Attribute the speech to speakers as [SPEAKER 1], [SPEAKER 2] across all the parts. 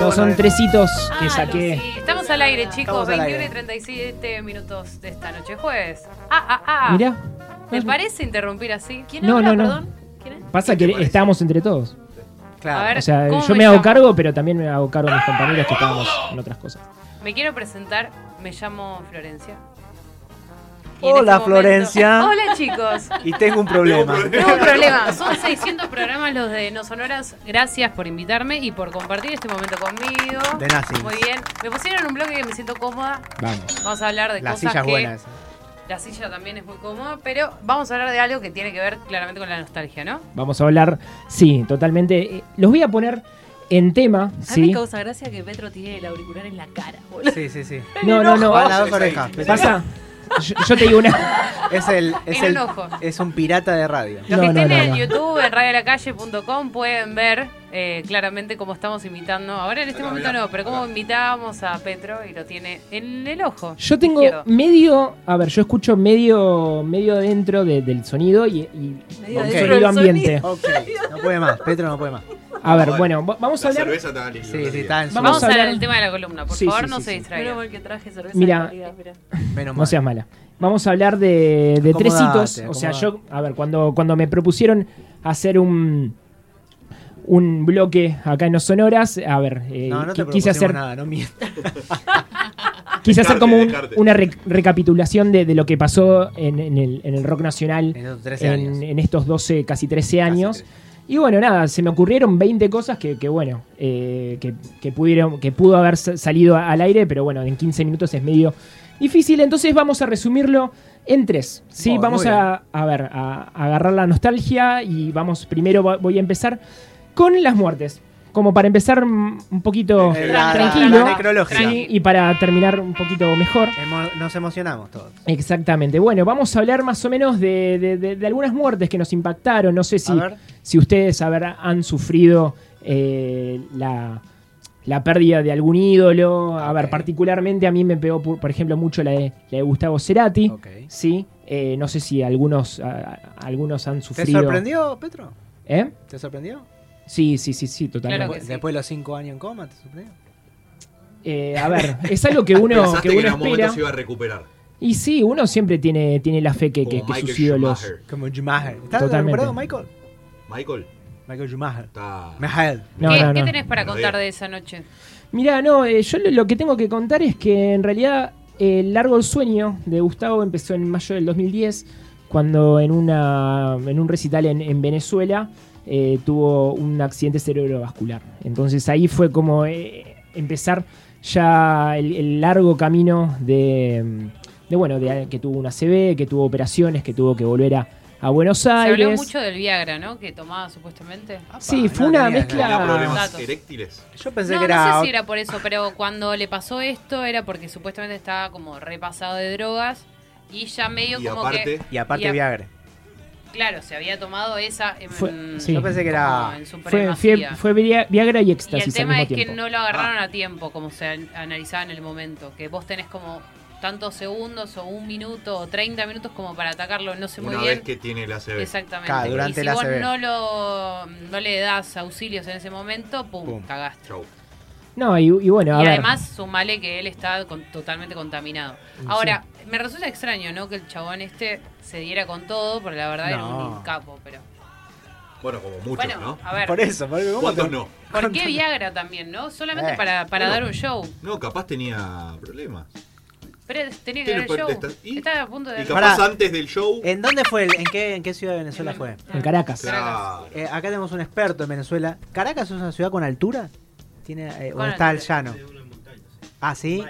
[SPEAKER 1] No, son tresitos que
[SPEAKER 2] Ah,
[SPEAKER 1] saqué.
[SPEAKER 2] sí. Estamos al aire,
[SPEAKER 3] Estamos
[SPEAKER 2] chicos.
[SPEAKER 3] al
[SPEAKER 2] 21 y
[SPEAKER 3] aire.
[SPEAKER 2] 37 minutos de esta noche jueves. Ah, ah, ah.
[SPEAKER 1] Mirá.
[SPEAKER 2] ¿Te parece interrumpir así? ¿Quién
[SPEAKER 1] No,
[SPEAKER 2] habla,
[SPEAKER 1] no, no.
[SPEAKER 2] perdón? ¿Quién es?
[SPEAKER 1] Pasa que estamos entre todos.
[SPEAKER 2] A
[SPEAKER 3] Claro.
[SPEAKER 2] ver,
[SPEAKER 1] O sea,
[SPEAKER 2] ¿cómo
[SPEAKER 1] yo me hago
[SPEAKER 2] llamo?
[SPEAKER 1] cargo, pero también me hago cargo de mis compañeros que estábamos en otras cosas.
[SPEAKER 2] Me quiero presentar. Me llamo Florencia. Y en
[SPEAKER 3] Hola,
[SPEAKER 2] este momento-
[SPEAKER 3] Florencia.
[SPEAKER 2] Hola, chicos.
[SPEAKER 3] Y tengo un problema.
[SPEAKER 2] Tengo un problema. Son 600 programas los de No Sonoras. Gracias por invitarme y por compartir este momento conmigo.
[SPEAKER 3] De nazis.
[SPEAKER 2] Muy bien. Me pusieron un bloque que me siento cómoda.
[SPEAKER 1] Vamos.
[SPEAKER 2] Vamos a hablar de
[SPEAKER 3] La
[SPEAKER 2] cosas
[SPEAKER 3] silla es
[SPEAKER 2] que
[SPEAKER 3] buena esa.
[SPEAKER 2] La silla también es muy cómoda, pero vamos a hablar de algo que tiene que ver claramente con la nostalgia, ¿no?
[SPEAKER 1] Vamos a hablar, sí, totalmente. Eh, Los voy a poner en tema,
[SPEAKER 4] A mí
[SPEAKER 1] ¿sí?
[SPEAKER 4] me causa gracia que Petro tiene el auricular en la cara, boludo.
[SPEAKER 3] Sí, sí, sí.
[SPEAKER 1] No, no, no.
[SPEAKER 3] Van las dos orejas.
[SPEAKER 1] Pasa. Yo, yo te digo una.
[SPEAKER 3] Es el, es
[SPEAKER 2] Tiene
[SPEAKER 3] el,
[SPEAKER 2] un ojo.
[SPEAKER 3] es un pirata de radio.
[SPEAKER 2] Los
[SPEAKER 1] No,
[SPEAKER 2] que
[SPEAKER 1] no,
[SPEAKER 2] estén
[SPEAKER 1] no,
[SPEAKER 2] en
[SPEAKER 1] no.
[SPEAKER 2] YouTube, en radiolacalle.com, pueden ver eh, claramente cómo estamos invitando. Ahora en este momento no, pero cómo invitábamos a Petro y lo tiene en el ojo.
[SPEAKER 1] Yo tengo
[SPEAKER 2] izquierdo.
[SPEAKER 1] medio. A ver, yo escucho medio medio dentro de- del sonido y, y
[SPEAKER 4] Medio
[SPEAKER 3] Ok.
[SPEAKER 4] dentro del
[SPEAKER 1] sonido ambiente.
[SPEAKER 3] Ok, no puede más. Petro no puede más.
[SPEAKER 1] A ver, bueno, va- vamos a
[SPEAKER 5] La
[SPEAKER 1] hablar.
[SPEAKER 5] cerveza está lista.
[SPEAKER 3] Sí, sí, está en su
[SPEAKER 1] Vamos
[SPEAKER 2] Vamos,
[SPEAKER 1] a
[SPEAKER 2] a hablar
[SPEAKER 1] hablar-
[SPEAKER 2] del tema de la columna, por
[SPEAKER 1] Sí,
[SPEAKER 2] favor,
[SPEAKER 1] sí,
[SPEAKER 2] no
[SPEAKER 1] sí, sí.
[SPEAKER 2] se
[SPEAKER 4] Menos
[SPEAKER 2] distraigan.
[SPEAKER 4] mal que traje cerveza
[SPEAKER 1] Mira.
[SPEAKER 4] de calidad, mirá.
[SPEAKER 3] Menos
[SPEAKER 1] No
[SPEAKER 3] mal.
[SPEAKER 1] seas mala. Vamos a hablar de, de
[SPEAKER 3] Acomodate,
[SPEAKER 1] tresitos. O sea, yo, a ver, cuando, cuando me propusieron hacer un, un bloque acá en los Sonoras, a ver, eh,
[SPEAKER 3] No, no
[SPEAKER 1] qui-
[SPEAKER 3] te
[SPEAKER 1] quise
[SPEAKER 3] quise
[SPEAKER 1] hacer,
[SPEAKER 3] nada, no mientas.
[SPEAKER 1] quise hacer
[SPEAKER 5] Descarte,
[SPEAKER 1] como un-
[SPEAKER 5] descarte.
[SPEAKER 1] una re- recapitulación de, de lo que pasó en, en el, en el rock nacional
[SPEAKER 3] En esos 13
[SPEAKER 1] en,
[SPEAKER 3] años.
[SPEAKER 1] en estos 12, casi 13 años.
[SPEAKER 3] trece.
[SPEAKER 1] Y bueno, nada, se me ocurrieron 20 cosas que, que bueno, eh, que, que pudieron, que pudo haber sa- salido a- al aire, pero bueno, en 15 minutos es medio difícil. Entonces vamos a resumirlo en tres. ¿sí?
[SPEAKER 3] Oh,
[SPEAKER 1] vamos
[SPEAKER 3] muy
[SPEAKER 1] a, a ver, a, a agarrar la nostalgia y vamos, primero va- voy a empezar con las muertes. Como para empezar mm, un poquito
[SPEAKER 3] Eh, la-
[SPEAKER 1] tranquilo
[SPEAKER 3] la necrológica.
[SPEAKER 1] sí, y para terminar un poquito mejor.
[SPEAKER 3] Emo- Nos emocionamos todos.
[SPEAKER 1] Exactamente. Bueno, vamos a hablar más o menos de, de- de- de algunas muertes que nos impactaron. No sé si,
[SPEAKER 3] A ver.
[SPEAKER 1] si ustedes a ver, han sufrido eh, la, la pérdida de algún ídolo. A ver,
[SPEAKER 3] Ok.
[SPEAKER 1] particularmente a mí me pegó, por, por ejemplo, mucho la de, la de Gustavo Cerati.
[SPEAKER 3] Ok.
[SPEAKER 1] ¿sí? Eh, no sé si algunos, a- a- algunos han
[SPEAKER 3] ¿Te
[SPEAKER 1] sufrido.
[SPEAKER 3] sorprendió, Petro?
[SPEAKER 1] ¿Eh?
[SPEAKER 3] ¿Te sorprendió?
[SPEAKER 1] Sí, sí, sí, sí, totalmente.
[SPEAKER 2] Claro que
[SPEAKER 3] Después,
[SPEAKER 2] sí.
[SPEAKER 3] después de los cinco años en coma, ¿te sorprendió?
[SPEAKER 1] Eh, a ver, es algo que uno, que
[SPEAKER 5] Pensaste que, en
[SPEAKER 1] uno
[SPEAKER 5] algún momento
[SPEAKER 1] espera.
[SPEAKER 5] se iba a recuperar.
[SPEAKER 1] Y sí, uno siempre tiene, tiene la fe que, que-
[SPEAKER 5] como
[SPEAKER 1] que
[SPEAKER 5] Michael
[SPEAKER 1] sus ídolos.
[SPEAKER 5] Schumacher.
[SPEAKER 3] Como Schumacher. ¿Estás
[SPEAKER 1] Totalmente.
[SPEAKER 3] recuperado, Michael?
[SPEAKER 5] Michael
[SPEAKER 3] Michael Schumacher.
[SPEAKER 5] está.
[SPEAKER 3] Michael.
[SPEAKER 1] No,
[SPEAKER 2] ¿Qué,
[SPEAKER 1] no,
[SPEAKER 2] qué
[SPEAKER 1] no.
[SPEAKER 2] tenés para
[SPEAKER 5] Buenos
[SPEAKER 2] contar
[SPEAKER 5] días.
[SPEAKER 2] de esa noche?
[SPEAKER 1] Mirá, no, eh, yo lo, lo que tengo que contar es que en realidad el largo del sueño de Gustavo empezó en mayo del 2010, cuando en, una, en un recital en, en Venezuela eh, tuvo un accidente cerebrovascular. Entonces ahí fue como eh, empezar ya el, el largo camino de, mm, de, bueno, de que tuvo una CB, que tuvo operaciones, que tuvo que volver a, a Buenos
[SPEAKER 2] Se
[SPEAKER 1] Aires.
[SPEAKER 2] habló mucho del Viagra, ¿no? Que tomaba supuestamente.
[SPEAKER 1] Sí,
[SPEAKER 3] Apa,
[SPEAKER 1] fue
[SPEAKER 3] no
[SPEAKER 1] una
[SPEAKER 3] tenía
[SPEAKER 1] mezcla-
[SPEAKER 3] nada.
[SPEAKER 5] Tenía problemas
[SPEAKER 2] Datos.
[SPEAKER 5] eréctiles.
[SPEAKER 3] Yo pensé
[SPEAKER 2] No,
[SPEAKER 3] que era.
[SPEAKER 2] no sé si era por eso, pero cuando le pasó esto era porque supuestamente estaba como repasado de drogas y ya medio
[SPEAKER 5] Y
[SPEAKER 2] como
[SPEAKER 5] aparte,
[SPEAKER 3] Y aparte,
[SPEAKER 2] Y a-
[SPEAKER 3] Viagra.
[SPEAKER 2] que claro, se había tomado esa en,
[SPEAKER 1] Fue-
[SPEAKER 2] en-
[SPEAKER 1] sí.
[SPEAKER 3] Yo pensé que era.
[SPEAKER 2] como en su
[SPEAKER 1] Fue,
[SPEAKER 2] supremacía.
[SPEAKER 1] fue, fue Via- Viagra y
[SPEAKER 2] Y el
[SPEAKER 1] éxtasis al
[SPEAKER 2] tema
[SPEAKER 1] mismo
[SPEAKER 2] es que
[SPEAKER 1] tiempo.
[SPEAKER 2] no lo
[SPEAKER 3] Ah.
[SPEAKER 2] agarraron a tiempo, como se an- analizaba en el momento. Que vos tenés como tantos segundos o un minuto o 30 minutos como para atacarlo, no sé muy
[SPEAKER 5] una
[SPEAKER 2] bien.
[SPEAKER 5] vez que tiene la CB.
[SPEAKER 2] Exactamente.
[SPEAKER 3] Claro, durante
[SPEAKER 2] y si
[SPEAKER 3] la
[SPEAKER 2] vos
[SPEAKER 3] ACV.
[SPEAKER 2] no, lo, no le das auxilios en ese momento, pum,
[SPEAKER 3] Pum.
[SPEAKER 2] cagaste.
[SPEAKER 5] Chau.
[SPEAKER 1] No, y, y bueno, a
[SPEAKER 2] y
[SPEAKER 1] ver.
[SPEAKER 2] además, sumale que él está con- totalmente contaminado. Ahora, me resulta extraño, ¿no? Que el chabón este se diera con todo, porque la verdad era
[SPEAKER 3] No.
[SPEAKER 2] un capo, pero...
[SPEAKER 5] Bueno, como muchos,
[SPEAKER 2] Bueno,
[SPEAKER 5] ¿no?
[SPEAKER 2] a ver,
[SPEAKER 3] Por eso, por eso.
[SPEAKER 5] ¿Cuántos no?
[SPEAKER 2] ¿por qué Viagra también, no? Solamente
[SPEAKER 3] Eh,
[SPEAKER 2] para, para
[SPEAKER 5] bueno.
[SPEAKER 2] dar un show.
[SPEAKER 5] No, capaz tenía problemas.
[SPEAKER 2] Pero tenía que dar
[SPEAKER 5] Tiene
[SPEAKER 2] el show.
[SPEAKER 5] parte- ¿y?
[SPEAKER 2] Estaba a punto de
[SPEAKER 5] Y
[SPEAKER 2] dar-
[SPEAKER 5] capaz
[SPEAKER 3] Pará.
[SPEAKER 5] antes del show.
[SPEAKER 3] ¿En dónde fue? el- ¿En qué, en qué ciudad de Venezuela
[SPEAKER 2] Ah.
[SPEAKER 3] fue?
[SPEAKER 1] En Caracas.
[SPEAKER 5] Claro.
[SPEAKER 3] Eh, acá tenemos un experto en Venezuela. ¿Caracas es una ciudad con altura? ¿Tiene, eh,
[SPEAKER 2] Con
[SPEAKER 3] ¿O está el
[SPEAKER 2] altura.
[SPEAKER 3] llano? Ah, ¿sí?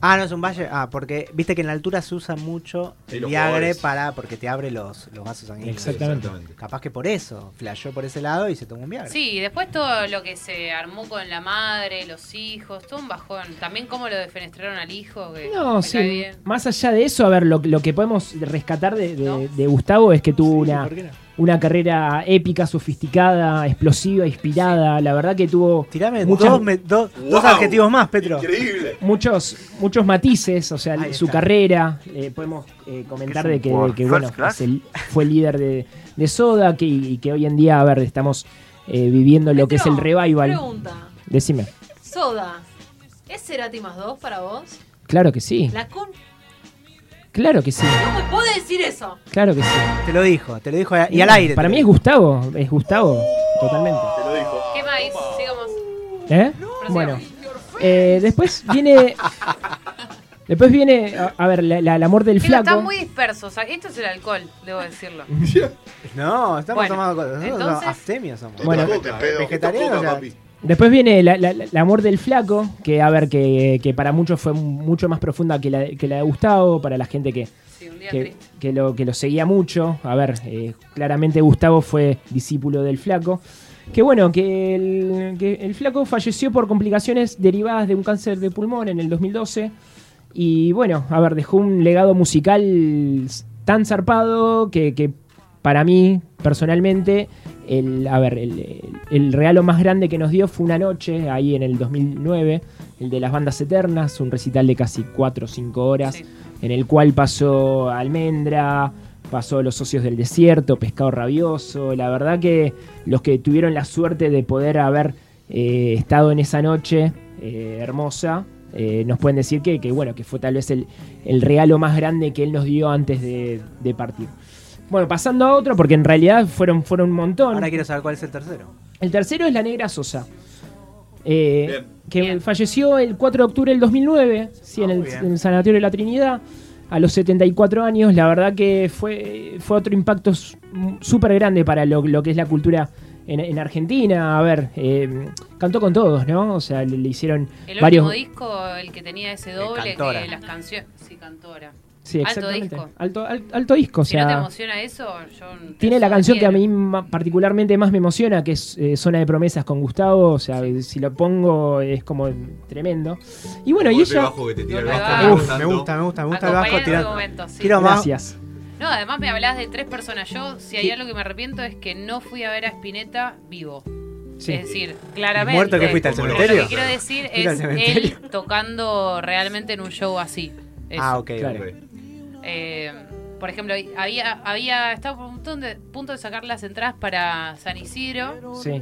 [SPEAKER 3] Ah, no, es un valle. Ah, porque viste que en la altura se usa mucho
[SPEAKER 5] Sí,
[SPEAKER 3] el
[SPEAKER 5] los
[SPEAKER 3] Viagre
[SPEAKER 5] jugadores.
[SPEAKER 3] para, porque te abre los, los vasos sanguíneos.
[SPEAKER 1] Exacto. Exactamente.
[SPEAKER 3] Capaz que por eso, flasheó por ese lado y se tomó un Viagre.
[SPEAKER 2] Sí, y después todo lo que se armó con la madre, los hijos, todo un bajón. También cómo lo defenestraron al hijo, que
[SPEAKER 1] No,
[SPEAKER 2] me
[SPEAKER 1] sí.
[SPEAKER 2] cae bien.
[SPEAKER 1] Más allá de eso, a ver, lo, lo que podemos rescatar de, de-
[SPEAKER 2] ¿No?
[SPEAKER 1] de Gustavo es que tuvo
[SPEAKER 3] Sí,
[SPEAKER 1] una,
[SPEAKER 3] ¿por qué no?
[SPEAKER 1] una carrera épica, sofisticada, explosiva, inspirada. La verdad que tuvo
[SPEAKER 3] Tirame
[SPEAKER 1] Muchas-
[SPEAKER 3] dos, me- do- dos
[SPEAKER 5] Wow.
[SPEAKER 3] adjetivos más, Petro.
[SPEAKER 5] Increíble.
[SPEAKER 1] muchos, muchos matices, o sea,
[SPEAKER 3] Ahí
[SPEAKER 1] su
[SPEAKER 3] está.
[SPEAKER 1] carrera. eh, podemos eh, comentar de que, de que, bueno, es el- fue líder de, de Soda que, y que hoy en día, a ver, estamos eh, viviendo lo que es el
[SPEAKER 4] Petro,
[SPEAKER 1] revival.
[SPEAKER 4] Pregunta.
[SPEAKER 1] Decime.
[SPEAKER 4] Soda. ¿Es Cerati más dos para vos?
[SPEAKER 1] Claro que sí.
[SPEAKER 4] La con...
[SPEAKER 1] Claro que sí.
[SPEAKER 4] No me puedo decir eso.
[SPEAKER 1] Claro que sí.
[SPEAKER 3] Te lo dijo, te lo dijo a- y al aire.
[SPEAKER 1] Para
[SPEAKER 3] te
[SPEAKER 1] mí
[SPEAKER 3] lo
[SPEAKER 1] es Gustavo. Es Gustavo. Totalmente.
[SPEAKER 5] Te lo dijo.
[SPEAKER 2] ¿Qué más? Sigamos.
[SPEAKER 1] ¿Eh? Bueno. Eh, después viene. Después viene. A, a ver, la- la- el amor del
[SPEAKER 2] Chicos, están
[SPEAKER 1] flaco.
[SPEAKER 2] muy dispersos. Esto es el alcohol, debo decirlo.
[SPEAKER 3] dijo. No, estamos
[SPEAKER 2] Bueno,
[SPEAKER 3] tomando cosas. Nosotros somos
[SPEAKER 2] entonces-
[SPEAKER 3] abstemios somos.
[SPEAKER 1] Bueno,
[SPEAKER 5] Otra coca, pedo.
[SPEAKER 3] vegetariano,
[SPEAKER 5] Otra coca,
[SPEAKER 3] o sea,
[SPEAKER 5] papi.
[SPEAKER 1] Después viene la- la- la- el amor del flaco. Que a ver, que, que para muchos fue mucho más profunda que la, que la de Gustavo. Para la gente que,
[SPEAKER 2] Sí, un día
[SPEAKER 1] que,
[SPEAKER 2] triste.
[SPEAKER 1] que lo, que lo seguía mucho. A ver, eh, claramente Gustavo fue discípulo del flaco. Que bueno, que el, que el flaco falleció por complicaciones derivadas de un cáncer de pulmón en el 2012. Y bueno, a ver, dejó un legado musical tan zarpado que, que para mí, personalmente, el, a ver, el, el- el regalo más grande que nos dio fue una noche, ahí en el 2009, el de las bandas eternas, un recital de casi 4 o 5 horas
[SPEAKER 2] Sí.
[SPEAKER 1] en el cual pasó Almendra, pasó Los Socios del Desierto, Pescado Rabioso. La verdad que los que tuvieron la suerte de poder haber eh, estado en esa noche eh, hermosa, eh, nos pueden decir que, que, bueno, que fue tal vez el, el regalo más grande que él nos dio antes de, de partir. Bueno, pasando a otro, porque en realidad fueron, fueron un montón.
[SPEAKER 3] Ahora quiero saber cuál es el tercero.
[SPEAKER 1] El tercero es la Negra Sosa. eh,
[SPEAKER 5] Bien.
[SPEAKER 1] que
[SPEAKER 2] Bien.
[SPEAKER 1] falleció el 4 de octubre del 2009, sí,
[SPEAKER 3] Ah,
[SPEAKER 1] en, el,
[SPEAKER 3] muy bien.
[SPEAKER 1] en el Sanatorio de la Trinidad, a los 74 años. La verdad que fue, fue otro impacto s- m- súper grande para lo, lo que es la cultura en, en Argentina. A ver, eh, cantó con todos, ¿no? O sea, le, le hicieron
[SPEAKER 2] El
[SPEAKER 1] varios.
[SPEAKER 2] último disco, el que tenía ese doble,
[SPEAKER 3] Cantora.
[SPEAKER 2] que las canciones. Sí, cantora.
[SPEAKER 1] Sí,
[SPEAKER 2] alto
[SPEAKER 1] exactamente.
[SPEAKER 2] disco.
[SPEAKER 1] Alto, al- alto disco, o
[SPEAKER 2] si no te
[SPEAKER 1] sea.
[SPEAKER 2] emociona eso, yo. no-
[SPEAKER 1] Tiene la
[SPEAKER 2] yo
[SPEAKER 1] canción que a
[SPEAKER 2] quiero.
[SPEAKER 1] mí ma- particularmente más me emociona, que es eh, Zona de Promesas con Gustavo. O sea, si lo pongo es como tremendo. Y bueno, y
[SPEAKER 5] Golpe
[SPEAKER 1] ella.
[SPEAKER 5] bajo que te tira el
[SPEAKER 2] Golpe
[SPEAKER 5] bajo,
[SPEAKER 2] bajo.
[SPEAKER 5] me
[SPEAKER 2] Uf,
[SPEAKER 3] Uf, me
[SPEAKER 5] tanto.
[SPEAKER 3] gusta, me gusta, me gusta el
[SPEAKER 2] Acompañar
[SPEAKER 3] bajo
[SPEAKER 2] en
[SPEAKER 3] tirando.
[SPEAKER 2] algún momento, sí.
[SPEAKER 3] Quiero más.
[SPEAKER 1] Gracias.
[SPEAKER 2] No, además me hablas de tres personas. Yo, si hay algo que me arrepiento es que no fui a ver a Spinetta vivo.
[SPEAKER 1] Sí.
[SPEAKER 2] Es decir, claramente.
[SPEAKER 3] muerto que fuiste al
[SPEAKER 5] Como lo-
[SPEAKER 2] Pero Lo
[SPEAKER 3] cementerio?
[SPEAKER 2] que quiero decir
[SPEAKER 3] Fuiste al
[SPEAKER 2] es
[SPEAKER 3] cementerio.
[SPEAKER 2] él tocando realmente en un show así. Eso.
[SPEAKER 3] Ah, ok.
[SPEAKER 1] Claro.
[SPEAKER 3] ok.
[SPEAKER 2] Eh, por ejemplo, había, había estado por un montón de- punto de sacar las entradas para San Isidro,
[SPEAKER 1] Sí.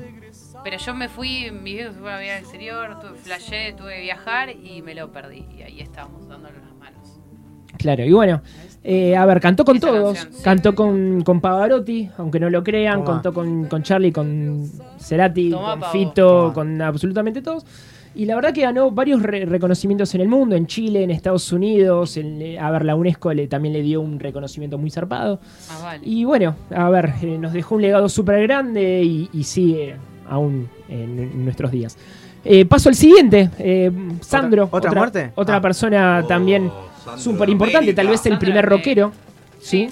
[SPEAKER 2] pero yo me fui, mis viejos se fueron a viajar al exterior, tuve flashé, tuve que viajar y me lo perdí. Y ahí estábamos dándole las manos.
[SPEAKER 1] Claro, y bueno, eh, a ver, cantó con
[SPEAKER 2] Esa
[SPEAKER 1] todos,
[SPEAKER 2] canción, sí.
[SPEAKER 1] cantó con, con Pavarotti, aunque no lo
[SPEAKER 3] Tomá.
[SPEAKER 1] crean, contó con, con Charlie, con Cerati,
[SPEAKER 2] Tomá,
[SPEAKER 1] con
[SPEAKER 2] pavo.
[SPEAKER 1] Fito,
[SPEAKER 3] Tomá.
[SPEAKER 1] con absolutamente todos. Y la verdad que ganó varios re- reconocimientos en el mundo, en Chile, en Estados Unidos, en- eh, a ver, la UNESCO le, también le dio un reconocimiento muy zarpado.
[SPEAKER 3] Ah,
[SPEAKER 2] Más vale.
[SPEAKER 1] Y bueno, a ver, eh, nos dejó un legado súper grande y, y sigue aún en, en nuestros días. Eh, paso al siguiente, eh, Sandro.
[SPEAKER 3] ¿Otra- otra muerte?
[SPEAKER 1] Otra
[SPEAKER 3] Ah.
[SPEAKER 1] persona
[SPEAKER 5] Oh,
[SPEAKER 1] también
[SPEAKER 5] Sandro
[SPEAKER 1] súper importante,
[SPEAKER 5] América.
[SPEAKER 1] tal vez el
[SPEAKER 2] Sandro
[SPEAKER 1] primer
[SPEAKER 2] América.
[SPEAKER 1] rockero, ¿sí?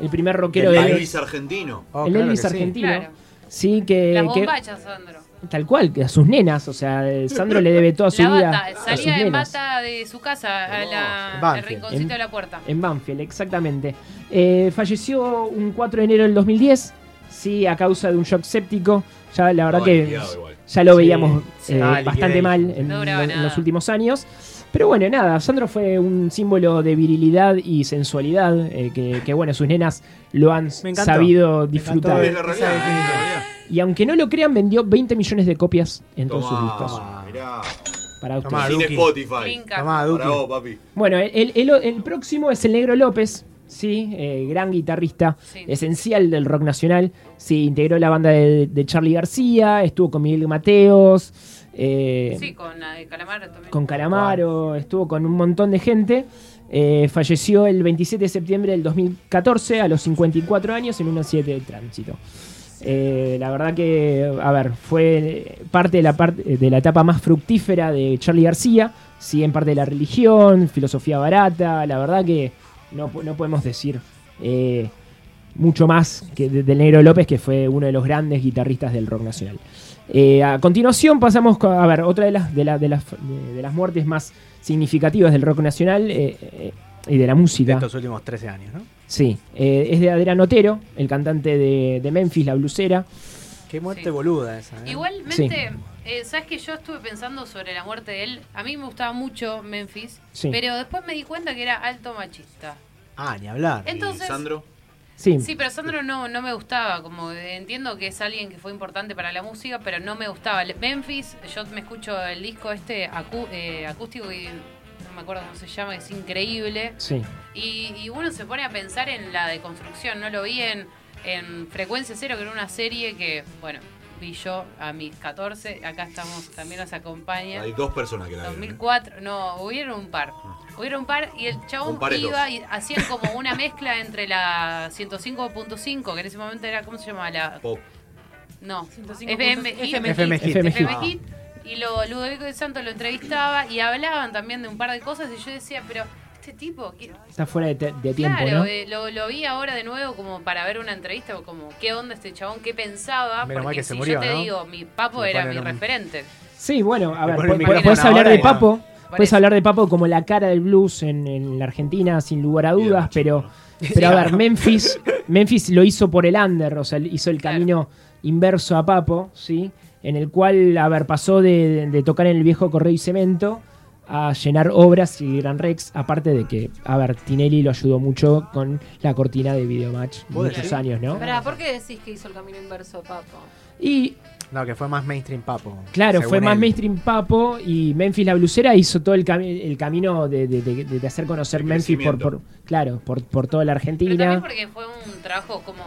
[SPEAKER 1] El primer rockero
[SPEAKER 5] El
[SPEAKER 1] del
[SPEAKER 5] Elvis argentino.
[SPEAKER 3] Oh,
[SPEAKER 1] el
[SPEAKER 3] claro
[SPEAKER 1] Elvis
[SPEAKER 3] que sí.
[SPEAKER 1] argentino,
[SPEAKER 2] Claro.
[SPEAKER 1] ¿sí?
[SPEAKER 3] Eh,
[SPEAKER 1] Que,
[SPEAKER 2] Las
[SPEAKER 1] que-
[SPEAKER 2] bombachas, Sandro.
[SPEAKER 1] tal cual, que a sus nenas, o sea, eh, Sandro le debe toda su
[SPEAKER 2] La
[SPEAKER 1] vida
[SPEAKER 2] bata,
[SPEAKER 1] a sus
[SPEAKER 2] salía de
[SPEAKER 1] nenas.
[SPEAKER 2] bata de su casa a la-
[SPEAKER 3] en Banfield.
[SPEAKER 2] al rinconcito
[SPEAKER 1] En-
[SPEAKER 2] de la puerta.
[SPEAKER 1] En Banfield, exactamente. Eh, falleció un 4 de enero del 2010, sí, a causa de un shock séptico. Ya la verdad
[SPEAKER 5] Estaba
[SPEAKER 1] que
[SPEAKER 5] liquidado igual.
[SPEAKER 1] ya lo
[SPEAKER 3] Sí,
[SPEAKER 1] veíamos
[SPEAKER 3] sí.
[SPEAKER 1] eh,
[SPEAKER 3] Ah, liquidez.
[SPEAKER 1] bastante mal en,
[SPEAKER 2] No duraba
[SPEAKER 1] en
[SPEAKER 2] nada.
[SPEAKER 1] los últimos años. Pero bueno, nada, Sandro fue un símbolo de virilidad y sensualidad, eh, que, que, bueno, sus nenas lo han
[SPEAKER 3] Me encantó.
[SPEAKER 1] sabido
[SPEAKER 3] encantó.
[SPEAKER 1] disfrutar.
[SPEAKER 5] Es la realidad, es la realidad.
[SPEAKER 1] Y aunque no lo crean, vendió 20 millones de copias en todos sus
[SPEAKER 5] Tomá,
[SPEAKER 1] discos.
[SPEAKER 5] mirá.
[SPEAKER 1] Para ustedes.
[SPEAKER 3] Tomá,
[SPEAKER 5] Sin
[SPEAKER 3] Duki.
[SPEAKER 1] Ah,
[SPEAKER 5] Spotify.
[SPEAKER 2] Finca.
[SPEAKER 3] Tomá, Duki.
[SPEAKER 5] Para vos, papi.
[SPEAKER 1] Bueno, el, el- el próximo es el Negro López, sí, Eh, gran guitarrista,
[SPEAKER 2] Sí.
[SPEAKER 1] esencial del rock nacional. Sí, integró la banda de, de Charlie García, estuvo con Miguel Mateos, eh,
[SPEAKER 2] Sí, con la de Calamar también.
[SPEAKER 1] con Calamaro, estuvo con un montón de gente. Eh, falleció el 27 de septiembre del 2014 a los 54 años en un accidente de tránsito. Eh, la verdad que, a ver, fue parte de la, parte de la etapa más fructífera de Charlie García, sí, en parte de la religión, filosofía barata, la verdad que no, po- no podemos decir eh, mucho más que de- del Negro López, que fue uno de los grandes guitarristas del rock nacional. Eh, a continuación pasamos co- a ver otra de las de, la- de las de, de las muertes más significativas del rock nacional eh, eh, y de la
[SPEAKER 3] De
[SPEAKER 1] música.
[SPEAKER 3] estos últimos 13 años, ¿no?
[SPEAKER 1] Sí, eh, es de Adrián Otero, el cantante de, de Memphis, la blusera.
[SPEAKER 3] Qué muerte
[SPEAKER 2] Sí.
[SPEAKER 3] boluda esa. ¿eh?
[SPEAKER 2] Igualmente, eh, sabes que yo estuve pensando sobre la muerte de él. A mí me gustaba mucho Memphis,
[SPEAKER 1] Sí.
[SPEAKER 2] pero después me di cuenta que era alto machista.
[SPEAKER 3] Ah, ni hablar.
[SPEAKER 2] Entonces,
[SPEAKER 5] Sandro.
[SPEAKER 1] Sí,
[SPEAKER 2] Sí, pero Sandro no, no me gustaba, como de- entiendo que es alguien que fue importante para la música, pero no me gustaba. Le- Memphis, yo me escucho el disco este acú- eh, acústico y no me acuerdo cómo se llama, es increíble.
[SPEAKER 1] sí.
[SPEAKER 2] Y, y uno se pone a pensar en la deconstrucción, no lo vi en, en Frecuencia Cero, que era una serie que, bueno, vi yo a mis 14, acá estamos, también nos acompaña.
[SPEAKER 5] Hay dos personas que la vieron. ¿eh?
[SPEAKER 2] 2004, no, hubieron un par. Hubieron un par y el chabón
[SPEAKER 5] Un pareto.
[SPEAKER 2] iba y hacían como una mezcla entre la 105.5, que en ese momento era, ¿cómo se llamaba? La,
[SPEAKER 5] Pop.
[SPEAKER 2] no,
[SPEAKER 4] 105.5.
[SPEAKER 2] FM, Hit,
[SPEAKER 4] FM
[SPEAKER 3] FM Hit.
[SPEAKER 1] FM
[SPEAKER 2] FM Hit, Y lo, Ludovico de Santos lo entrevistaba y hablaban también de un par de cosas y yo decía, pero este tipo, ¿qué-
[SPEAKER 1] Está fuera de, te- de tiempo,
[SPEAKER 2] claro,
[SPEAKER 1] ¿no?
[SPEAKER 2] eh, lo, lo vi ahora de nuevo como para ver una entrevista, o como qué onda este chabón, qué pensaba,
[SPEAKER 3] Menos mal
[SPEAKER 2] porque
[SPEAKER 3] que se
[SPEAKER 2] si
[SPEAKER 3] murió,
[SPEAKER 2] yo te
[SPEAKER 3] ¿no?
[SPEAKER 2] digo, mi papo
[SPEAKER 3] Le
[SPEAKER 2] era mi
[SPEAKER 3] ponen un-
[SPEAKER 2] referente.
[SPEAKER 1] Sí, bueno, a
[SPEAKER 3] Le
[SPEAKER 1] ver,
[SPEAKER 3] ponen el
[SPEAKER 1] po-
[SPEAKER 3] micrófono
[SPEAKER 1] podés hablar
[SPEAKER 3] ahora
[SPEAKER 1] de
[SPEAKER 3] y bueno.
[SPEAKER 1] Papo, podés
[SPEAKER 2] eso.
[SPEAKER 1] hablar de Papo como la cara del blues en, en la Argentina, sin lugar a
[SPEAKER 5] Bien,
[SPEAKER 1] dudas,
[SPEAKER 5] macho,
[SPEAKER 1] pero,
[SPEAKER 5] ¿no?
[SPEAKER 1] pero a ver, Memphis, Memphis lo hizo por el under, o sea, hizo el
[SPEAKER 2] Claro.
[SPEAKER 1] camino inverso a Papo, ¿sí? En el cual, a ver, pasó de, de tocar en el viejo Correo y Cemento a llenar obras y Gran Rex, aparte de que, a ver, Tinelli lo ayudó mucho con la cortina de Videomatch
[SPEAKER 3] ¿Vos
[SPEAKER 1] muchos
[SPEAKER 3] decís?
[SPEAKER 1] años, ¿no?
[SPEAKER 4] Pará, ¿por qué decís que hizo el camino inverso, papo?
[SPEAKER 1] Y
[SPEAKER 3] No, que fue más mainstream papo.
[SPEAKER 1] Claro,
[SPEAKER 3] según
[SPEAKER 1] fue más
[SPEAKER 3] él.
[SPEAKER 1] mainstream Papo y Memphis la blusera hizo todo el, cami- el camino de, de- de- de hacer conocer
[SPEAKER 5] El
[SPEAKER 1] Memphis por,
[SPEAKER 5] crecimiento.
[SPEAKER 1] por- claro, por, por toda la
[SPEAKER 2] Pero también
[SPEAKER 1] Argentina.
[SPEAKER 2] porque fue un trabajo como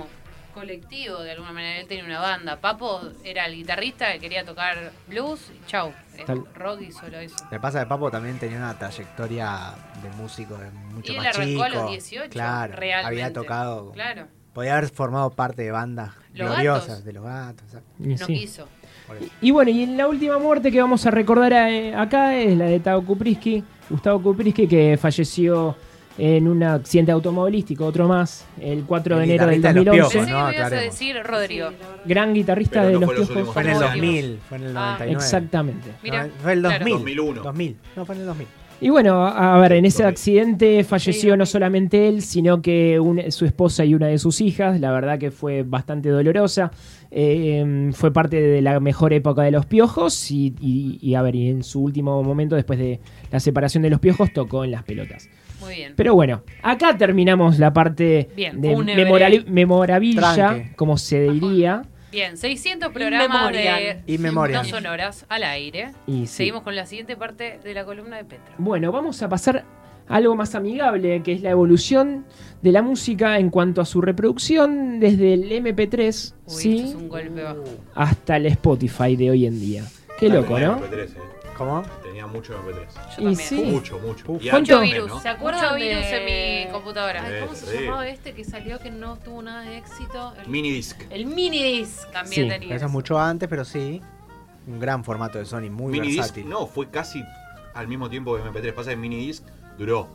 [SPEAKER 2] colectivo, de alguna manera. Él tenía una banda. Papo era el guitarrista que quería tocar blues y chau. eh,
[SPEAKER 1] Tal-
[SPEAKER 2] Rock y solo eso.
[SPEAKER 3] Lo que pasa es que Papo también tenía una trayectoria de músico de mucho
[SPEAKER 2] Y él
[SPEAKER 3] más
[SPEAKER 2] arrancó
[SPEAKER 3] chico.
[SPEAKER 2] a los 18.
[SPEAKER 3] claro,
[SPEAKER 2] realmente.
[SPEAKER 3] había tocado.
[SPEAKER 2] Claro,
[SPEAKER 3] Podía haber formado parte de bandas
[SPEAKER 2] Los
[SPEAKER 3] gloriosas
[SPEAKER 2] Gatos.
[SPEAKER 3] de los gatos. exacto.
[SPEAKER 1] Y
[SPEAKER 2] no
[SPEAKER 1] sí.
[SPEAKER 2] quiso.
[SPEAKER 3] Por eso.
[SPEAKER 1] Y bueno, y en la última muerte que vamos a recordar eh, acá es la de Tao Kupriski, Gustavo Kupriski, que falleció en un accidente automovilístico, otro más, el 4 de
[SPEAKER 3] El
[SPEAKER 1] enero del
[SPEAKER 3] guitarrista de los
[SPEAKER 1] 2011.
[SPEAKER 3] Piojos,
[SPEAKER 2] Pensé que
[SPEAKER 3] no,
[SPEAKER 2] me ibas a
[SPEAKER 3] aclaremos.
[SPEAKER 2] decir Rodrigo.
[SPEAKER 4] Sí, la verdad.
[SPEAKER 1] Gran guitarrista
[SPEAKER 5] Pero
[SPEAKER 1] de
[SPEAKER 5] no
[SPEAKER 1] los
[SPEAKER 5] fue los
[SPEAKER 1] Piojos.
[SPEAKER 5] últimos
[SPEAKER 3] Fue en el
[SPEAKER 2] Motivos.
[SPEAKER 3] 2000, fue en el
[SPEAKER 2] Ah,
[SPEAKER 3] 99.
[SPEAKER 1] Exactamente.
[SPEAKER 2] Mira,
[SPEAKER 3] No, fue el
[SPEAKER 2] claro.
[SPEAKER 3] 2000.
[SPEAKER 5] 2001.
[SPEAKER 3] 2000. No, fue en el 2000.
[SPEAKER 1] Y bueno, a a ver, en ese
[SPEAKER 5] Ok.
[SPEAKER 1] accidente falleció
[SPEAKER 4] Sí,
[SPEAKER 1] no
[SPEAKER 4] ok.
[SPEAKER 1] solamente él, sino que un- su esposa y una de sus hijas. La verdad que fue bastante dolorosa. Eh, fue parte de la mejor época de los piojos. Y, y- y, a ver, y en su último momento, después de la separación de los piojos, tocó en las pelotas.
[SPEAKER 2] Muy bien.
[SPEAKER 1] Pero bueno, acá terminamos la parte
[SPEAKER 2] Bien,
[SPEAKER 1] de
[SPEAKER 2] fúnebre.
[SPEAKER 1] memorali- memorabilia,
[SPEAKER 3] Tranque.
[SPEAKER 1] como se diría.
[SPEAKER 2] Bien, 600 programas de
[SPEAKER 4] Memorial.
[SPEAKER 3] Y Memorial.
[SPEAKER 2] no sonoras al aire.
[SPEAKER 1] Y sí.
[SPEAKER 2] Seguimos con la siguiente parte de la columna de Petra.
[SPEAKER 1] Bueno, vamos a pasar a algo más amigable, que es la evolución de la música en cuanto a su reproducción desde el MP3
[SPEAKER 2] Uy,
[SPEAKER 1] ¿sí?
[SPEAKER 2] esto es un golpe bajo.
[SPEAKER 1] hasta el Spotify de hoy en día. Qué loco,
[SPEAKER 5] Tenía
[SPEAKER 1] ¿no?
[SPEAKER 5] MP3, eh.
[SPEAKER 3] ¿Cómo?
[SPEAKER 5] Tenía mucho MP3.
[SPEAKER 2] Yo también.
[SPEAKER 1] sí.
[SPEAKER 5] Mucho, mucho. Y
[SPEAKER 1] ¿Cuánto?
[SPEAKER 2] Mucho
[SPEAKER 5] antes,
[SPEAKER 2] virus.
[SPEAKER 5] ¿no?
[SPEAKER 2] ¿Se acuerdan
[SPEAKER 4] Mucho
[SPEAKER 2] virus
[SPEAKER 4] de-
[SPEAKER 2] en mi computadora?
[SPEAKER 4] Ay, ¿Cómo
[SPEAKER 5] Sí,
[SPEAKER 4] se
[SPEAKER 5] Eh, sí.
[SPEAKER 4] llamaba este que salió que no tuvo nada de éxito? El,
[SPEAKER 5] Minidisc.
[SPEAKER 4] el minidisc.
[SPEAKER 2] También
[SPEAKER 1] Sí,
[SPEAKER 2] tenía.
[SPEAKER 3] Eso es mucho antes, pero sí. Un gran formato de Sony, muy
[SPEAKER 5] Minidisc,
[SPEAKER 3] versátil.
[SPEAKER 5] no, fue casi al mismo tiempo que MP3. Pasa que Minidisc duró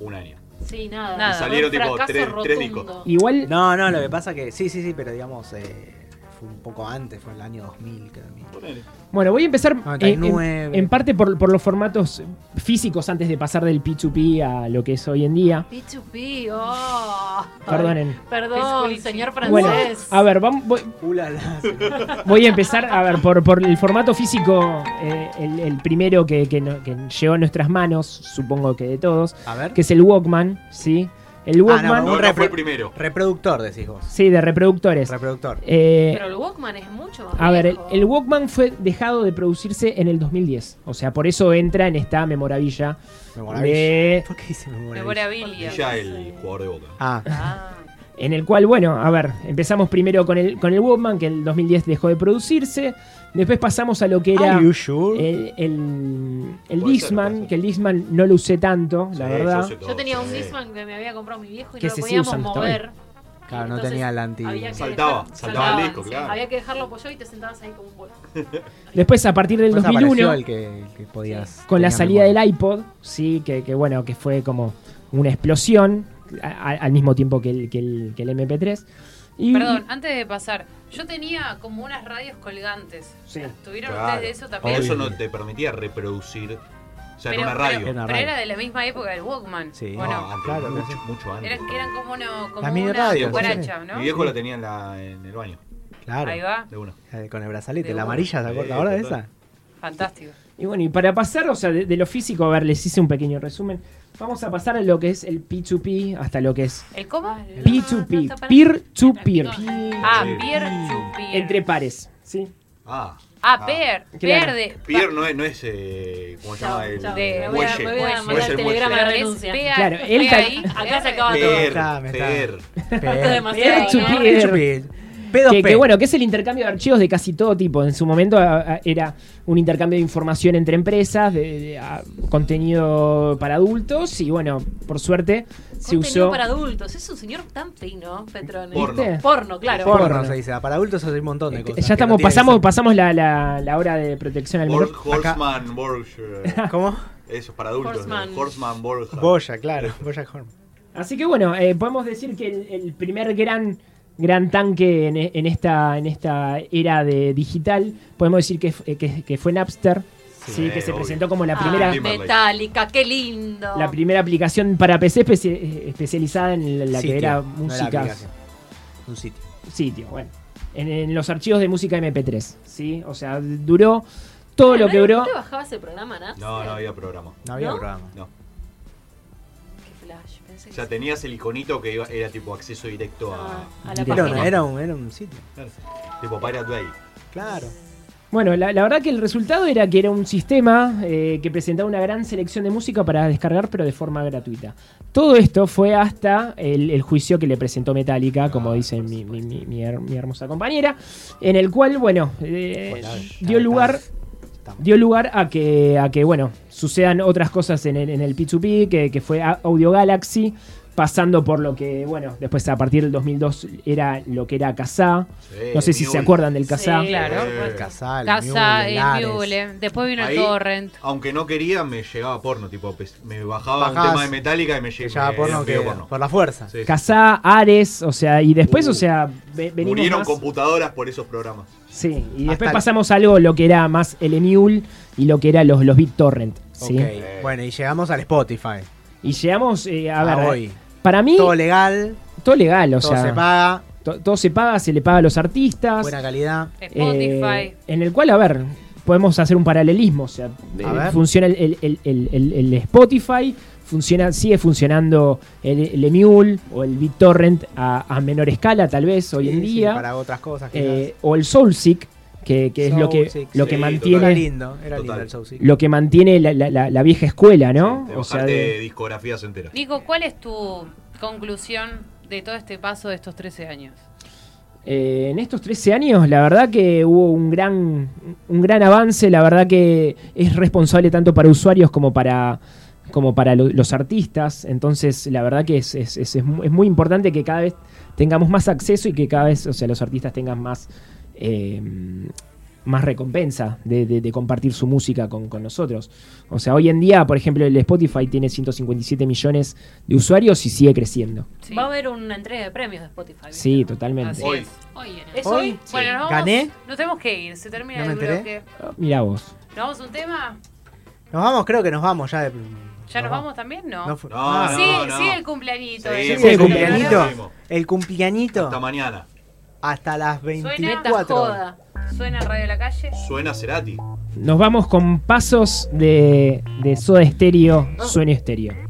[SPEAKER 5] un año.
[SPEAKER 4] Sí, nada.
[SPEAKER 2] Nada.
[SPEAKER 4] Fue
[SPEAKER 5] Salieron
[SPEAKER 4] un
[SPEAKER 5] tipo
[SPEAKER 4] fracaso
[SPEAKER 5] tres- tres
[SPEAKER 4] rotundo.
[SPEAKER 5] discos.
[SPEAKER 1] Igual,
[SPEAKER 3] No, no, lo que pasa que sí, sí, sí, pero digamos, eh, fue un poco antes, fue en el año 2000, creo.
[SPEAKER 5] Ponele.
[SPEAKER 1] bueno, voy a empezar eh, en-
[SPEAKER 3] 99.
[SPEAKER 1] en, parte por, por los formatos físicos antes de pasar del P2P a lo que es hoy en día.
[SPEAKER 4] P2P, oh.
[SPEAKER 1] Perdonen.
[SPEAKER 4] Perdón, señor francés.
[SPEAKER 1] Bueno, a ver, vamos, voy-
[SPEAKER 3] Ulala, señor.
[SPEAKER 1] Voy a empezar, a ver, por, por el formato físico, eh, el, el primero que, que no- que llegó a nuestras manos, supongo que de todos,
[SPEAKER 3] A ver.
[SPEAKER 1] que es el Walkman, ¿sí? El Walkman,
[SPEAKER 5] Ah, No,
[SPEAKER 3] Un
[SPEAKER 5] no fue
[SPEAKER 3] repro-
[SPEAKER 5] el primero.
[SPEAKER 3] Reproductor, decís vos.
[SPEAKER 1] sí, de reproductores.
[SPEAKER 3] Reproductor.
[SPEAKER 1] Eh,
[SPEAKER 4] Pero el Walkman es mucho más
[SPEAKER 1] a ver, el,
[SPEAKER 4] viejo.
[SPEAKER 1] el Walkman fue dejado de producirse en el 2010, o sea, por eso entra en esta memorabilia
[SPEAKER 3] Memorabilia.
[SPEAKER 1] de-
[SPEAKER 3] ¿Por qué dice memorabilia?
[SPEAKER 5] Y
[SPEAKER 2] Memorabilia.
[SPEAKER 5] ya el jugador de boca.
[SPEAKER 3] Ah,
[SPEAKER 2] Ah,
[SPEAKER 1] en el cual, bueno, a ver, empezamos primero con el, con el Walkman, que en el 2010 dejó de producirse, después pasamos a lo que era...
[SPEAKER 3] Are you sure?
[SPEAKER 1] el, el, el
[SPEAKER 5] Puede
[SPEAKER 1] Discman,
[SPEAKER 5] ser, puede ser.
[SPEAKER 1] que el Discman no lo usé tanto, la
[SPEAKER 5] Sí,
[SPEAKER 1] verdad.
[SPEAKER 5] sé todo,
[SPEAKER 4] Yo tenía un
[SPEAKER 5] sí.
[SPEAKER 4] Discman que me había comprado mi viejo y
[SPEAKER 1] Que
[SPEAKER 4] no
[SPEAKER 1] se
[SPEAKER 4] lo
[SPEAKER 1] sigue
[SPEAKER 4] podíamos
[SPEAKER 1] usando hasta hoy.
[SPEAKER 4] mover.
[SPEAKER 3] Claro, no
[SPEAKER 4] Entonces,
[SPEAKER 3] tenía la anti.
[SPEAKER 4] había que
[SPEAKER 5] Saltaba,
[SPEAKER 4] dejar-
[SPEAKER 5] saltaba el disco, claro.
[SPEAKER 4] Había que dejarlo apoyado y te sentabas ahí como un boludo.
[SPEAKER 1] Después, a partir del
[SPEAKER 3] Después apareció
[SPEAKER 1] 2001,
[SPEAKER 3] el que, el que podías.
[SPEAKER 1] con la
[SPEAKER 3] tenías
[SPEAKER 1] salida
[SPEAKER 3] memoria.
[SPEAKER 1] del iPod, sí, que, que bueno, que fue como una explosión a- a- al mismo tiempo que el, que el, que el MP3. Y,
[SPEAKER 2] Perdón, antes de pasar, yo tenía como unas radios colgantes.
[SPEAKER 1] Sí.
[SPEAKER 2] ¿Tuvieron
[SPEAKER 5] Claro.
[SPEAKER 2] ustedes de eso
[SPEAKER 5] Pero
[SPEAKER 2] también?
[SPEAKER 5] eso
[SPEAKER 3] Obvio.
[SPEAKER 5] no te permitía reproducir. O sea,
[SPEAKER 2] Pero-
[SPEAKER 5] en una
[SPEAKER 2] pero-
[SPEAKER 5] radio.
[SPEAKER 3] Era una
[SPEAKER 2] Pero,
[SPEAKER 3] radio.
[SPEAKER 2] era de la misma época del Walkman.
[SPEAKER 3] Sí.
[SPEAKER 2] ¿o
[SPEAKER 5] No,
[SPEAKER 2] no?
[SPEAKER 5] antes,
[SPEAKER 3] Claro,
[SPEAKER 5] mucho,
[SPEAKER 3] sí.
[SPEAKER 5] mucho antes.
[SPEAKER 2] Eran, que eran como, no, como
[SPEAKER 3] Las mini
[SPEAKER 2] una
[SPEAKER 3] radios,
[SPEAKER 2] cucaracha,
[SPEAKER 3] sí.
[SPEAKER 2] ¿no?
[SPEAKER 5] Mi viejo la tenía en, la, en el baño,
[SPEAKER 3] Claro.
[SPEAKER 2] Ahí va,
[SPEAKER 4] Ah.
[SPEAKER 5] de una.
[SPEAKER 3] Eh, Con el brazalete,
[SPEAKER 2] De
[SPEAKER 3] la
[SPEAKER 2] una.
[SPEAKER 3] amarilla, ¿se acuerda
[SPEAKER 5] Sí,
[SPEAKER 3] ahora de
[SPEAKER 5] total.
[SPEAKER 3] esa?
[SPEAKER 2] fantástico.
[SPEAKER 1] Y bueno, y para pasar, o sea, de, de lo físico, a ver, les hice un pequeño resumen. Vamos a pasar a lo que es el P2P hasta lo que es
[SPEAKER 2] ¿El cómo?
[SPEAKER 1] P2P, peer-to-peer,
[SPEAKER 2] Ah,
[SPEAKER 5] Sí.
[SPEAKER 2] peer to peer.
[SPEAKER 1] entre pares, ¿sí.
[SPEAKER 5] Ah.
[SPEAKER 2] Ah, peer.
[SPEAKER 1] Claro.
[SPEAKER 2] Peer de.
[SPEAKER 5] Pierre no es, no es eh, ¿cómo se
[SPEAKER 4] Chao,
[SPEAKER 5] llama? El,
[SPEAKER 4] chao.
[SPEAKER 2] de-
[SPEAKER 4] Me voy a-
[SPEAKER 5] muelle.
[SPEAKER 4] me voy a
[SPEAKER 5] no es
[SPEAKER 4] mandar
[SPEAKER 2] este
[SPEAKER 5] el
[SPEAKER 4] el
[SPEAKER 5] muelle.
[SPEAKER 4] telegrama
[SPEAKER 2] Claro,
[SPEAKER 4] de
[SPEAKER 2] es
[SPEAKER 4] renuncia.
[SPEAKER 2] peer,
[SPEAKER 1] Claro, él
[SPEAKER 2] peer
[SPEAKER 1] cal-
[SPEAKER 2] ahí,
[SPEAKER 4] Acá se
[SPEAKER 2] peer.
[SPEAKER 4] acaba todo.
[SPEAKER 5] Pierre,
[SPEAKER 3] Está, me está.
[SPEAKER 5] Pierre.
[SPEAKER 4] Esto es
[SPEAKER 3] P2P.
[SPEAKER 4] demasiado.
[SPEAKER 1] Peer to
[SPEAKER 4] ¿no?
[SPEAKER 1] peer. Que,
[SPEAKER 3] P2P.
[SPEAKER 1] que bueno, que es el intercambio de archivos de casi todo tipo. En su momento a- a- era un intercambio de información entre empresas, de, de- a- contenido para adultos y bueno, por suerte se
[SPEAKER 4] Contenido
[SPEAKER 1] usó...
[SPEAKER 4] para adultos. Es un señor tan fino, Petrone.
[SPEAKER 5] Porno.
[SPEAKER 1] ¿Viste?
[SPEAKER 4] Porno, claro.
[SPEAKER 3] Porno,
[SPEAKER 1] porno. Eh,
[SPEAKER 3] se dice. Para adultos hay un montón de cosas.
[SPEAKER 1] ya
[SPEAKER 3] que no
[SPEAKER 1] estamos,
[SPEAKER 3] tiene que
[SPEAKER 1] pasamos,
[SPEAKER 3] ser.
[SPEAKER 1] pasamos la, la- la hora de protección al menor.
[SPEAKER 5] Bor- Horseman, Borgia.
[SPEAKER 3] ¿Cómo?
[SPEAKER 5] Eso es para adultos.
[SPEAKER 4] Horseman.
[SPEAKER 5] ¿no? Horseman, Borgia.
[SPEAKER 3] Boya, claro. Boya Horn.
[SPEAKER 1] Así que bueno, eh, podemos decir que el, el primer gran gran tanque en, e- en esta en esta era de digital podemos decir que, f- eh, que, que fue Napster sí,
[SPEAKER 5] Sí,
[SPEAKER 1] que se
[SPEAKER 5] obvio.
[SPEAKER 1] presentó como la
[SPEAKER 4] Ah,
[SPEAKER 1] primera
[SPEAKER 5] Timberlake.
[SPEAKER 4] Metallica, qué lindo.
[SPEAKER 1] la primera aplicación para PC espe- eh, especializada en la- la
[SPEAKER 3] Sitio,
[SPEAKER 1] que era
[SPEAKER 3] no era
[SPEAKER 1] música
[SPEAKER 3] aplicación. Un sitio.
[SPEAKER 1] sitio bueno en, en los archivos de música MP3 sí o sea duró todo lo que duró
[SPEAKER 4] ¿No te bajabas el programa, ¿no?
[SPEAKER 5] No, no había programa.
[SPEAKER 3] No había
[SPEAKER 4] ¿No?
[SPEAKER 3] programa.
[SPEAKER 5] No.
[SPEAKER 4] Qué flash. Pensé
[SPEAKER 5] O
[SPEAKER 4] que
[SPEAKER 5] sea, tenías el iconito que iba- era tipo acceso directo a.
[SPEAKER 4] Ah, a la
[SPEAKER 3] Era,
[SPEAKER 4] página.
[SPEAKER 3] una- era un, era un sitio.
[SPEAKER 4] Ah.
[SPEAKER 5] Tipo Pirate Bay.
[SPEAKER 3] Claro.
[SPEAKER 1] Bueno, la, la verdad que el resultado era que era un sistema eh, que presentaba una gran selección de música para descargar, pero de forma gratuita. Todo esto fue hasta el, el juicio que le presentó
[SPEAKER 3] Ah,
[SPEAKER 1] Metallica, como dice mi, mi- mi- mi her- mi hermosa compañera, en el cual, bueno, eh,
[SPEAKER 3] Bueno,
[SPEAKER 1] dio
[SPEAKER 3] estamos-
[SPEAKER 1] lugar
[SPEAKER 3] estamos-
[SPEAKER 1] dio lugar a que, a que bueno, sucedan otras cosas en el, en el P2P, que, que fue a- Audio Galaxy, pasando por lo que, bueno, después a partir del 2002 era lo que era Kazaa.
[SPEAKER 5] Sí,
[SPEAKER 1] No sé si se
[SPEAKER 5] Mule.
[SPEAKER 1] acuerdan del Kazaa.
[SPEAKER 2] Sí, claro.
[SPEAKER 5] Eh,
[SPEAKER 2] por supuesto.
[SPEAKER 3] Casal,
[SPEAKER 2] Casa, eh,
[SPEAKER 3] Mule,
[SPEAKER 2] el
[SPEAKER 3] Lares.
[SPEAKER 2] Mule. Después vino
[SPEAKER 5] Ahí,
[SPEAKER 2] el Torrent.
[SPEAKER 5] Aunque no quería, me llegaba porno. Tipo, pues, me bajaba
[SPEAKER 3] Bajás,
[SPEAKER 5] un tema de Metallica y me
[SPEAKER 3] Que
[SPEAKER 5] llegaba
[SPEAKER 3] ya porno
[SPEAKER 1] eh,
[SPEAKER 3] que por la fuerza.
[SPEAKER 5] Sí, sí.
[SPEAKER 1] Casá, Ares, o sea, y después,
[SPEAKER 5] Uh,
[SPEAKER 1] o sea, ve- venimos
[SPEAKER 5] Murieron
[SPEAKER 1] más-
[SPEAKER 5] computadoras por esos programas.
[SPEAKER 1] Sí, y después
[SPEAKER 3] Hasta-
[SPEAKER 1] pasamos a algo lo que era más el Mule y lo que era los, los BitTorrent, ¿sí?
[SPEAKER 3] Ok. Bueno, y llegamos al Spotify.
[SPEAKER 1] Y llegamos, eh, a
[SPEAKER 3] Ah,
[SPEAKER 1] ver,
[SPEAKER 3] hoy.
[SPEAKER 1] eh, para mí,
[SPEAKER 3] Todo
[SPEAKER 1] todo,
[SPEAKER 3] legal,
[SPEAKER 1] legal, o
[SPEAKER 3] todo
[SPEAKER 1] sea,
[SPEAKER 3] se paga,
[SPEAKER 1] to- todo se paga, se le paga a los artistas.
[SPEAKER 3] buena calidad.
[SPEAKER 1] eh,
[SPEAKER 2] Spotify.
[SPEAKER 1] en el cual, a ver, podemos hacer un paralelismo, o sea, eh,
[SPEAKER 3] ver.
[SPEAKER 1] funciona el, el- el- el- el- el Spotify, funciona, sigue funcionando el, el Emule o el BitTorrent a, a menor escala, tal vez, hoy
[SPEAKER 3] Sí,
[SPEAKER 1] en
[SPEAKER 3] sí,
[SPEAKER 1] día.
[SPEAKER 3] para otras cosas quizás.
[SPEAKER 1] Eh, o el Soulseek, que, que es lo que,
[SPEAKER 3] Soulseek,
[SPEAKER 1] lo
[SPEAKER 5] sí,
[SPEAKER 1] que
[SPEAKER 5] total.
[SPEAKER 3] era
[SPEAKER 1] mantiene,
[SPEAKER 3] lindo, era
[SPEAKER 5] Total.
[SPEAKER 3] lindo el Soulseek.
[SPEAKER 1] lo que mantiene la, la- la- la vieja escuela, ¿no?
[SPEAKER 5] De
[SPEAKER 1] o sea,
[SPEAKER 5] bajarte
[SPEAKER 1] de-
[SPEAKER 5] discografías enteras.
[SPEAKER 2] Nico, ¿cuál es tu conclusión de todo este paso de estos 13 años?
[SPEAKER 1] eh, en estos 13 años, la verdad que hubo un gran, un gran avance, la verdad que es responsable tanto para usuarios como para como para lo- los artistas, entonces la verdad que es, es- es- es mu- es muy importante que cada vez tengamos más acceso y que cada vez, o sea, los artistas tengan más eh, más recompensa de, de- de compartir su música con, con nosotros. O sea, hoy en día, por ejemplo, el Spotify tiene 157 millones de usuarios y sigue creciendo.
[SPEAKER 2] Sí.
[SPEAKER 4] Va a haber una entrega de premios de Spotify. ¿viste?
[SPEAKER 1] Sí, totalmente.
[SPEAKER 2] Así
[SPEAKER 5] Hoy.
[SPEAKER 2] es. Hoy.
[SPEAKER 4] ¿Es
[SPEAKER 3] Hoy?
[SPEAKER 4] hoy?
[SPEAKER 5] Sí.
[SPEAKER 2] Bueno, nos vamos,
[SPEAKER 3] ¿Gané?
[SPEAKER 2] Nos tenemos que ir. Se termina
[SPEAKER 3] No me
[SPEAKER 2] el
[SPEAKER 3] enteré.
[SPEAKER 2] bloque.
[SPEAKER 1] Mira vos.
[SPEAKER 2] ¿Nos vamos a un tema?
[SPEAKER 3] Nos vamos, creo que nos vamos ya. de-
[SPEAKER 2] ¿Ya nos vamos también? No.
[SPEAKER 3] No fu-
[SPEAKER 5] No,
[SPEAKER 3] Ah,
[SPEAKER 2] sí,
[SPEAKER 5] no.
[SPEAKER 2] sí, el cumpleañito.
[SPEAKER 5] Sí,
[SPEAKER 2] eh.
[SPEAKER 1] sí, el
[SPEAKER 2] Pero
[SPEAKER 1] cumpleañito.
[SPEAKER 2] ahora
[SPEAKER 5] Seguimos.
[SPEAKER 3] El cumpleañito
[SPEAKER 5] Hasta mañana.
[SPEAKER 3] hasta las
[SPEAKER 2] Suena
[SPEAKER 3] 24.
[SPEAKER 4] Esta joda.
[SPEAKER 2] Suena Radio La Calle.
[SPEAKER 5] Suena Cerati.
[SPEAKER 1] Nos vamos con pasos de, de Soda Estéreo, Sueño Estéreo.